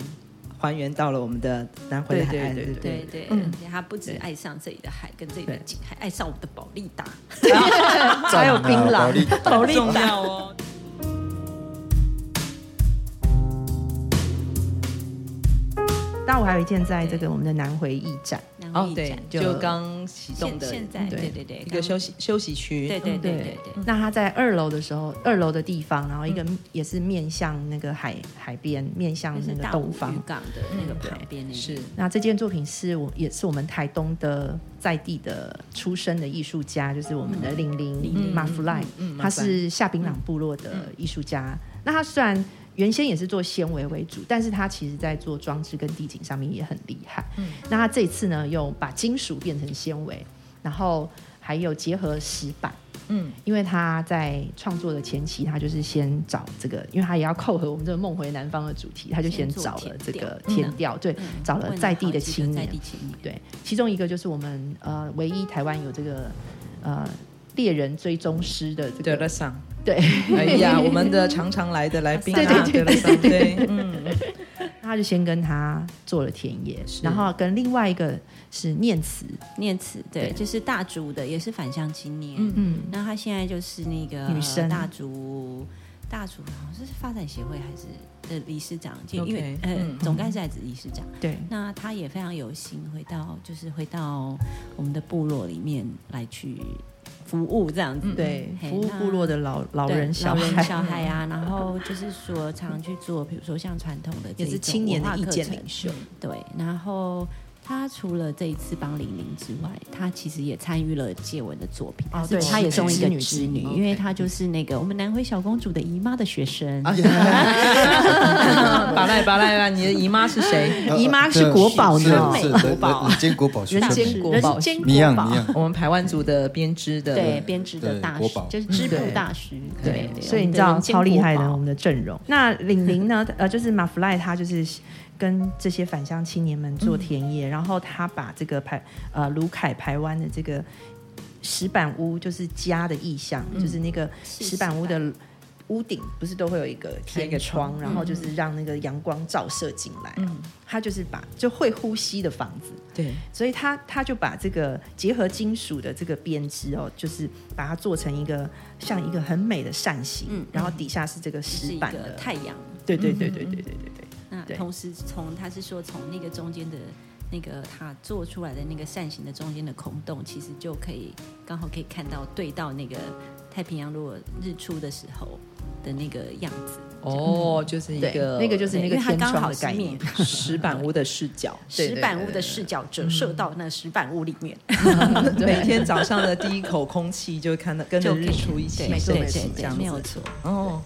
Speaker 2: 还原到了我们的南回的海岸，
Speaker 1: 对对
Speaker 2: 不
Speaker 1: 对
Speaker 6: 对对，而且他不止爱上这里的海跟这里的景，还爱上我们的保利达。
Speaker 1: 哦还有槟
Speaker 5: 宝
Speaker 1: 榔
Speaker 5: 丽，
Speaker 2: 好重要哦。
Speaker 1: 但我还有一件在这个我们的南回驿站，
Speaker 2: (laughs)
Speaker 6: 南
Speaker 2: 哦，
Speaker 6: 回
Speaker 2: 对
Speaker 6: 展，
Speaker 1: 就
Speaker 2: 就刚启动
Speaker 6: 现
Speaker 2: 的
Speaker 6: 现在
Speaker 1: 对
Speaker 6: 对对对，
Speaker 2: 一个休息休息区，嗯
Speaker 6: 对对对对对，嗯
Speaker 1: 那他在二楼的时候，二楼的地方，然后一个也是面向那个海海边，面向
Speaker 6: 就是
Speaker 1: 那个
Speaker 6: 大武
Speaker 1: 东
Speaker 6: 渔
Speaker 1: 方，
Speaker 6: 港的那个旁边那
Speaker 2: 是
Speaker 6: 个
Speaker 1: 那这件作品是我也是我们台东的在地的出身的艺术家，就是我们的玲玲马弗赖
Speaker 2: 嗯嗯，
Speaker 1: 他是夏槟榔部落的艺术家。那他虽然原先也是做纤维为主，但是他其实在做装置跟地景上面也很厉害。那他这次呢，又把金属变成纤维，然后还有结合石板。
Speaker 2: 嗯，
Speaker 1: 因为他在创作的前期，他就是先找这个，因为他也要扣合我们这个梦回南方的主题，他就先
Speaker 6: 先做
Speaker 1: 找了
Speaker 6: 填
Speaker 1: 这个
Speaker 6: 调
Speaker 1: 填
Speaker 6: 嗯
Speaker 1: 调，对，
Speaker 6: 嗯
Speaker 1: 找
Speaker 6: 问
Speaker 1: 了
Speaker 6: 了
Speaker 1: 在地的
Speaker 6: 好几个
Speaker 1: 青
Speaker 6: 在
Speaker 1: 年
Speaker 6: 地，青年，
Speaker 1: 对，其中一个就是我们呃唯一台湾有这个呃猎人追踪师的这
Speaker 2: 对
Speaker 1: 个
Speaker 2: 了上，
Speaker 1: 对，
Speaker 2: (laughs) 哎
Speaker 1: (laughs)
Speaker 2: 呀，我们的常常来的来宾
Speaker 1: 对
Speaker 2: 啊，
Speaker 1: 对对
Speaker 2: 了上，对， (laughs) 嗯，
Speaker 1: 他就先跟他做了田野，然后跟另外一个是念慈，
Speaker 6: 念慈对，
Speaker 1: 对
Speaker 6: 就是大竹的，也是返乡青年。
Speaker 1: 嗯，
Speaker 6: 那他现在就是那个
Speaker 1: 女生
Speaker 6: 大竹大竹好像是发展协会还是的理事长，就因为
Speaker 2: OK，
Speaker 6: 呃
Speaker 2: 嗯
Speaker 6: 总干事还是理事长。
Speaker 1: 对，
Speaker 6: 那他也非常有心，回到就是回到我们的部落里面来去服务这样子，
Speaker 1: 对，
Speaker 6: 嘿
Speaker 1: 服务部落的老嗯老
Speaker 6: 那
Speaker 1: 人
Speaker 6: 对
Speaker 1: 小
Speaker 6: 老人小
Speaker 1: 孩，
Speaker 6: 孩啊，然后就是说常常去做，比如说像传统的这
Speaker 2: 也是
Speaker 6: 种
Speaker 2: 青年
Speaker 6: 文
Speaker 2: 的
Speaker 6: 化
Speaker 2: 意
Speaker 6: 课
Speaker 2: 见
Speaker 6: 程
Speaker 2: 领袖，
Speaker 6: 对，然后他除了这一次帮玲玲之外，他其实也参与了介文的作品。
Speaker 1: 哦
Speaker 6: 她是
Speaker 1: 对
Speaker 6: 她也中一
Speaker 1: 织
Speaker 6: 个
Speaker 1: 女
Speaker 6: 织
Speaker 1: 织
Speaker 6: 女
Speaker 1: 女，
Speaker 6: 因为她就是那个我们南回小公主的姨妈的学生。
Speaker 5: 哎呀
Speaker 2: 巴赖巴赖啦，你的姨妈是 (laughs) 谁？
Speaker 1: 姨妈是国宝呢
Speaker 5: 是是是
Speaker 1: 国宝
Speaker 5: 人间国宝，是
Speaker 1: 人
Speaker 5: 真的
Speaker 1: 间国宝，
Speaker 6: 人间
Speaker 5: 一样
Speaker 6: 国宝
Speaker 5: 一样，
Speaker 2: 我们排湾族的编织的，
Speaker 6: 对，编织的大
Speaker 5: 对国
Speaker 6: 师
Speaker 5: 宝
Speaker 6: 就是织布
Speaker 1: 对
Speaker 6: 大师，
Speaker 1: 对
Speaker 6: 对，，
Speaker 1: 所以你知道超厉害的我
Speaker 6: 哦。
Speaker 1: 们的阵容。那玲玲呢？呃，就是马弗赖，他就是跟这些返乡青年们做田野，然后他把这个排呃卢凯排湾的这个石板屋，就是家的意象，嗯就是那个石板屋的。屋顶不是都会有一个贴一个窗，然后就是让那个阳光照射进来。嗯，他就是把就会呼吸的房子，
Speaker 2: 对，
Speaker 1: 所以他他就把这个结合金属的这个编织哦，就是把它做成一个像一个很美的扇形，
Speaker 6: 嗯
Speaker 1: 然后底下是这个
Speaker 6: 是
Speaker 1: 石
Speaker 6: 一
Speaker 1: 板
Speaker 6: 个
Speaker 1: 的，
Speaker 6: 太阳，
Speaker 1: 对对对对对对对对，
Speaker 6: 那
Speaker 1: 对
Speaker 6: 同时从他是说从那个中间的那个他做出来的那个扇形的中间的空洞，其实就可以刚好可以看到对到那个太平洋如果日出的时候的那个样子。
Speaker 2: 哦，就是一
Speaker 1: 对
Speaker 2: 个
Speaker 1: 那个就是
Speaker 6: 对
Speaker 1: 那
Speaker 6: 嗯因
Speaker 1: 个
Speaker 6: 为它
Speaker 1: 天
Speaker 6: 刚
Speaker 1: 窗
Speaker 6: 好
Speaker 1: 的
Speaker 6: 是
Speaker 1: 概念
Speaker 6: 面，
Speaker 2: 石板屋的视角，
Speaker 1: 对嗯
Speaker 6: 石板屋的视角折射到那石板屋里面，
Speaker 2: (laughs) 每天早上的第一口空气就看到跟着
Speaker 6: 就可以
Speaker 2: 日出一起
Speaker 6: 对
Speaker 2: 升
Speaker 6: 对
Speaker 2: 起
Speaker 6: 对
Speaker 2: 这样
Speaker 6: 对，
Speaker 2: 子，
Speaker 6: 没有错。
Speaker 2: 哦，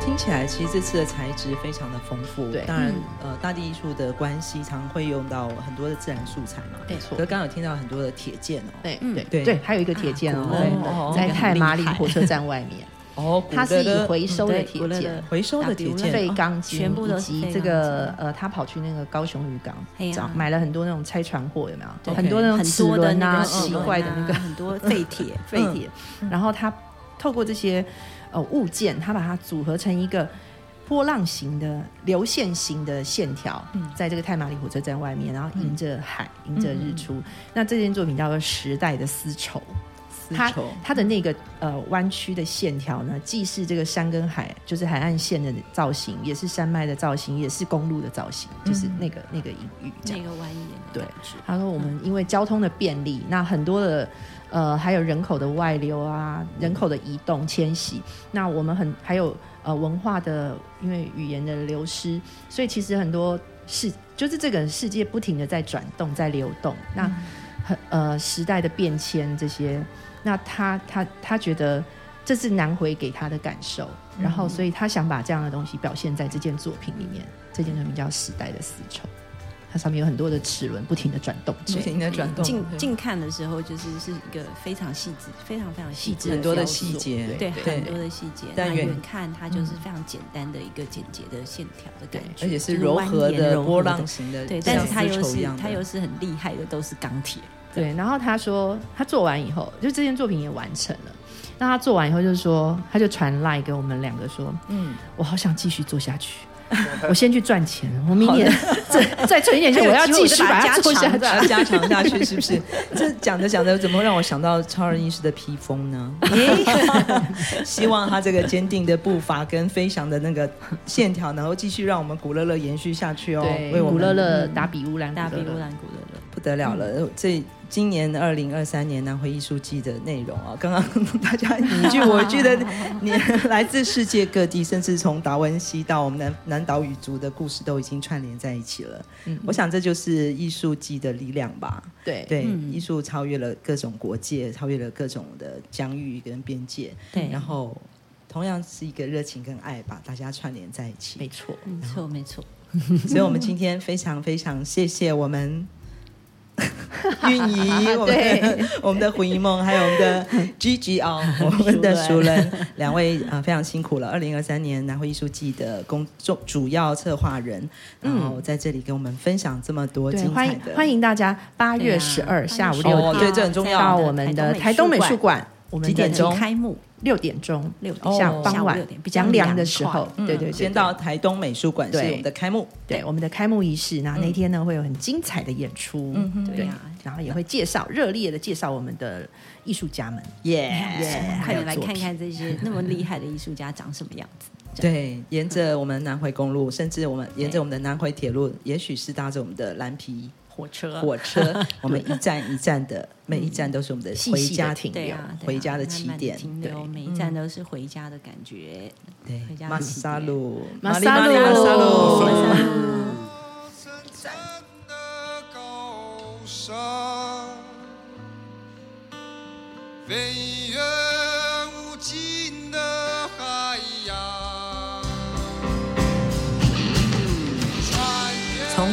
Speaker 2: 听起来其实这次的材质非常的丰富，
Speaker 1: 对嗯
Speaker 2: 当然、呃，大地艺术的关系，常会用到很多的自然素材嘛，
Speaker 1: 没错
Speaker 2: 可是刚刚有听到很多的铁件哦，
Speaker 1: 对
Speaker 6: 嗯
Speaker 1: 对
Speaker 2: 对
Speaker 1: 对，还有一个铁剑
Speaker 6: 啊
Speaker 1: 哦
Speaker 6: 古
Speaker 2: 人哦，
Speaker 1: 在
Speaker 6: 那个很
Speaker 1: 太马
Speaker 6: 厉
Speaker 1: 里
Speaker 6: 害
Speaker 1: 火车站外面，
Speaker 2: 哦，
Speaker 1: 它是以回收的
Speaker 6: 对
Speaker 1: 铁
Speaker 6: 古勒
Speaker 1: 件
Speaker 6: 的、
Speaker 2: 回收的铁件啊
Speaker 1: 废钢筋，
Speaker 6: 哦全部都
Speaker 1: 以
Speaker 6: 是
Speaker 1: 及
Speaker 6: 废
Speaker 1: 这
Speaker 6: 钢
Speaker 1: 个
Speaker 6: 筋
Speaker 1: 呃，他跑去那个高雄渔港
Speaker 6: 嘿呀
Speaker 1: 找买了很多那种拆船货，有没有？
Speaker 6: 对
Speaker 1: 很多那种
Speaker 6: 很
Speaker 1: 齿
Speaker 6: 多的
Speaker 1: 轮
Speaker 6: 那
Speaker 1: 啊，
Speaker 6: 个
Speaker 1: 奇
Speaker 6: 齿轮
Speaker 1: 怪的那个
Speaker 6: 啊很多废铁
Speaker 1: (laughs)
Speaker 6: 嗯
Speaker 1: 废铁，然后他透过这些呃物件，他把它组合成一个波浪形的流线型的线条，在这个太马里火车站外面，然后迎着海，迎着日出。那这件作品叫做《时代的丝绸》。它
Speaker 2: 绸
Speaker 1: 它的那个呃弯曲的线条呢，既是这个山跟海，就是海岸线的造型，也是山脉的造型，也是公路的造型，就是那个、那个隐喻这样
Speaker 6: 那。个蜿蜒的
Speaker 1: 对
Speaker 6: 感觉，
Speaker 1: 他说我们因为交通的便利，那很多的呃还有人口的外流啊，人口的移动迁徙，那我们很还有呃文化的因为语言的流失，所以其实很多世就是这个世界不停的在转动，在流动，那很呃时代的变迁这些，那他他他觉得。这是南回给他的感受，然后所以他想把这样的东西表现在这件作品里面。这件作品叫《时代的丝绸》。它上面有很多的齿轮不停的转动
Speaker 2: 不
Speaker 1: 着。
Speaker 2: 停的转动，
Speaker 6: 近近看的时候，就是是一个非常细致、非常非常细致
Speaker 2: 很多的
Speaker 6: 雕
Speaker 2: 细
Speaker 6: 塑
Speaker 2: 节，
Speaker 6: 对
Speaker 2: 对
Speaker 6: 很多的细节。
Speaker 2: 但
Speaker 6: 那
Speaker 2: 远嗯
Speaker 6: 远看它就是非常简单的一个简洁的线条的感觉，
Speaker 2: 而且是
Speaker 6: 就是
Speaker 2: 柔
Speaker 6: 蜿
Speaker 2: 和
Speaker 6: 蜒
Speaker 2: 的
Speaker 6: 柔
Speaker 2: 波
Speaker 6: 和的
Speaker 2: 浪形的，
Speaker 6: 对，
Speaker 2: 像
Speaker 6: 但是它
Speaker 2: 丝
Speaker 6: 又
Speaker 2: 绸一
Speaker 6: 是
Speaker 2: 样的
Speaker 6: 它又是很厉害的，都是钢铁。
Speaker 1: 对，然后他说他做完以后，就这件作品也完成了。那他做完以后就说，他就传赖给我们两个说，嗯，我好想继续做下去。我先去赚钱，我明年再再存一点钱，我要继续把它做下去。
Speaker 2: 加加强下去，是不是？这讲着讲着，怎么会让我想到超人医师的披
Speaker 1: (laughs)
Speaker 2: 风呢？希望他这个坚定的步伐跟飞翔的那个线条，能够继续让我们古乐乐延续下去哦。为
Speaker 1: 对，
Speaker 2: 我
Speaker 1: 古
Speaker 2: 们
Speaker 1: 乐嗯乐打比乌
Speaker 2: 嗯
Speaker 1: 兰，
Speaker 6: 大比
Speaker 1: 古乐
Speaker 6: 乌
Speaker 1: 乐
Speaker 6: 兰古的人，
Speaker 2: 不得了了！这今年二零二三年南回艺术季的内容啊，刚刚 (laughs)
Speaker 1: (laughs)
Speaker 2: 大家你一句我一句的，你来自世界各地，甚至从达文西到我们南南岛语族的故事都已经串联在一起了。
Speaker 1: 嗯
Speaker 2: 我想这就是艺术季的力量吧。
Speaker 1: 对
Speaker 2: 对，
Speaker 6: 嗯
Speaker 2: 艺术超越了各种国界，超越了各种的疆域跟边界，
Speaker 6: 对，
Speaker 2: 然后同样是一个热情跟爱把大家串联在一
Speaker 1: 没
Speaker 2: 起。
Speaker 1: 错。
Speaker 2: 嗯
Speaker 6: 没错没错，
Speaker 2: 所以，我们今天非常非常谢谢
Speaker 1: (laughs)
Speaker 2: 我们韵仪，我们的 (laughs) 我们的胡一梦，还有我
Speaker 1: (laughs)
Speaker 2: 们的 Gigi 哦，我们的熟人两位啊、呃非常辛苦了。二零二三年南汇艺术季的工作主要策划人，然后在这里跟我们分享这么多
Speaker 1: 嗯对，
Speaker 2: 精
Speaker 1: 欢
Speaker 2: 彩
Speaker 1: 迎
Speaker 2: 的，
Speaker 1: 欢迎大家八
Speaker 6: 对
Speaker 1: 月
Speaker 6: 啊
Speaker 1: 十二下午
Speaker 6: 欢迎
Speaker 1: 六
Speaker 2: 哦，
Speaker 1: 点
Speaker 2: 对，这很重要。
Speaker 1: 到我们的台
Speaker 6: 台
Speaker 1: 东
Speaker 6: 东
Speaker 1: 美
Speaker 6: 美
Speaker 1: 术
Speaker 6: 术
Speaker 1: 馆，我们
Speaker 2: 几点
Speaker 1: 的
Speaker 2: 钟
Speaker 6: 开幕
Speaker 1: 六点钟，
Speaker 6: 六点
Speaker 2: 哦
Speaker 1: 下午
Speaker 6: 下
Speaker 1: 傍
Speaker 6: 午
Speaker 1: 晚
Speaker 6: 六点比较
Speaker 1: 凉凉的
Speaker 6: 凉
Speaker 1: 时
Speaker 6: 快
Speaker 1: 候，对对对，
Speaker 2: 嗯先
Speaker 1: 对
Speaker 2: 到台东美术馆是
Speaker 1: 对
Speaker 2: 我们的开幕，
Speaker 1: 对嗯我们的开幕仪式，那那天呢会有很精彩的演出，
Speaker 6: 对呀，
Speaker 1: 然后也会介绍热烈的介绍我们的艺术家们，
Speaker 2: 耶、
Speaker 6: 快点来看看这些那么厉害的艺术家长什么样子。
Speaker 2: 对，沿着我们南回公路，甚至我们沿着我们的南回铁路，也许是搭着我们的蓝皮
Speaker 6: 火车
Speaker 2: 火
Speaker 1: (laughs)
Speaker 2: 车，我们一站一站的，每一站都是我们的
Speaker 1: 细
Speaker 2: 回
Speaker 1: 细地
Speaker 2: 家
Speaker 1: 停
Speaker 6: 对
Speaker 1: 留
Speaker 6: 啊，对啊
Speaker 2: 回家的
Speaker 6: 慢
Speaker 2: 起
Speaker 6: 慢地
Speaker 2: 点。嗯
Speaker 6: 停留，每一站都是回家的感觉。
Speaker 2: 对
Speaker 6: 回，家的
Speaker 2: 马
Speaker 6: 起
Speaker 2: 萨
Speaker 6: 点
Speaker 2: 路，
Speaker 1: 马
Speaker 2: 里
Speaker 1: 萨
Speaker 2: 马里马
Speaker 1: 路马
Speaker 2: 萨路，
Speaker 1: 萨路
Speaker 5: 深山的高山，飞越无尽的海洋。穿越
Speaker 2: 从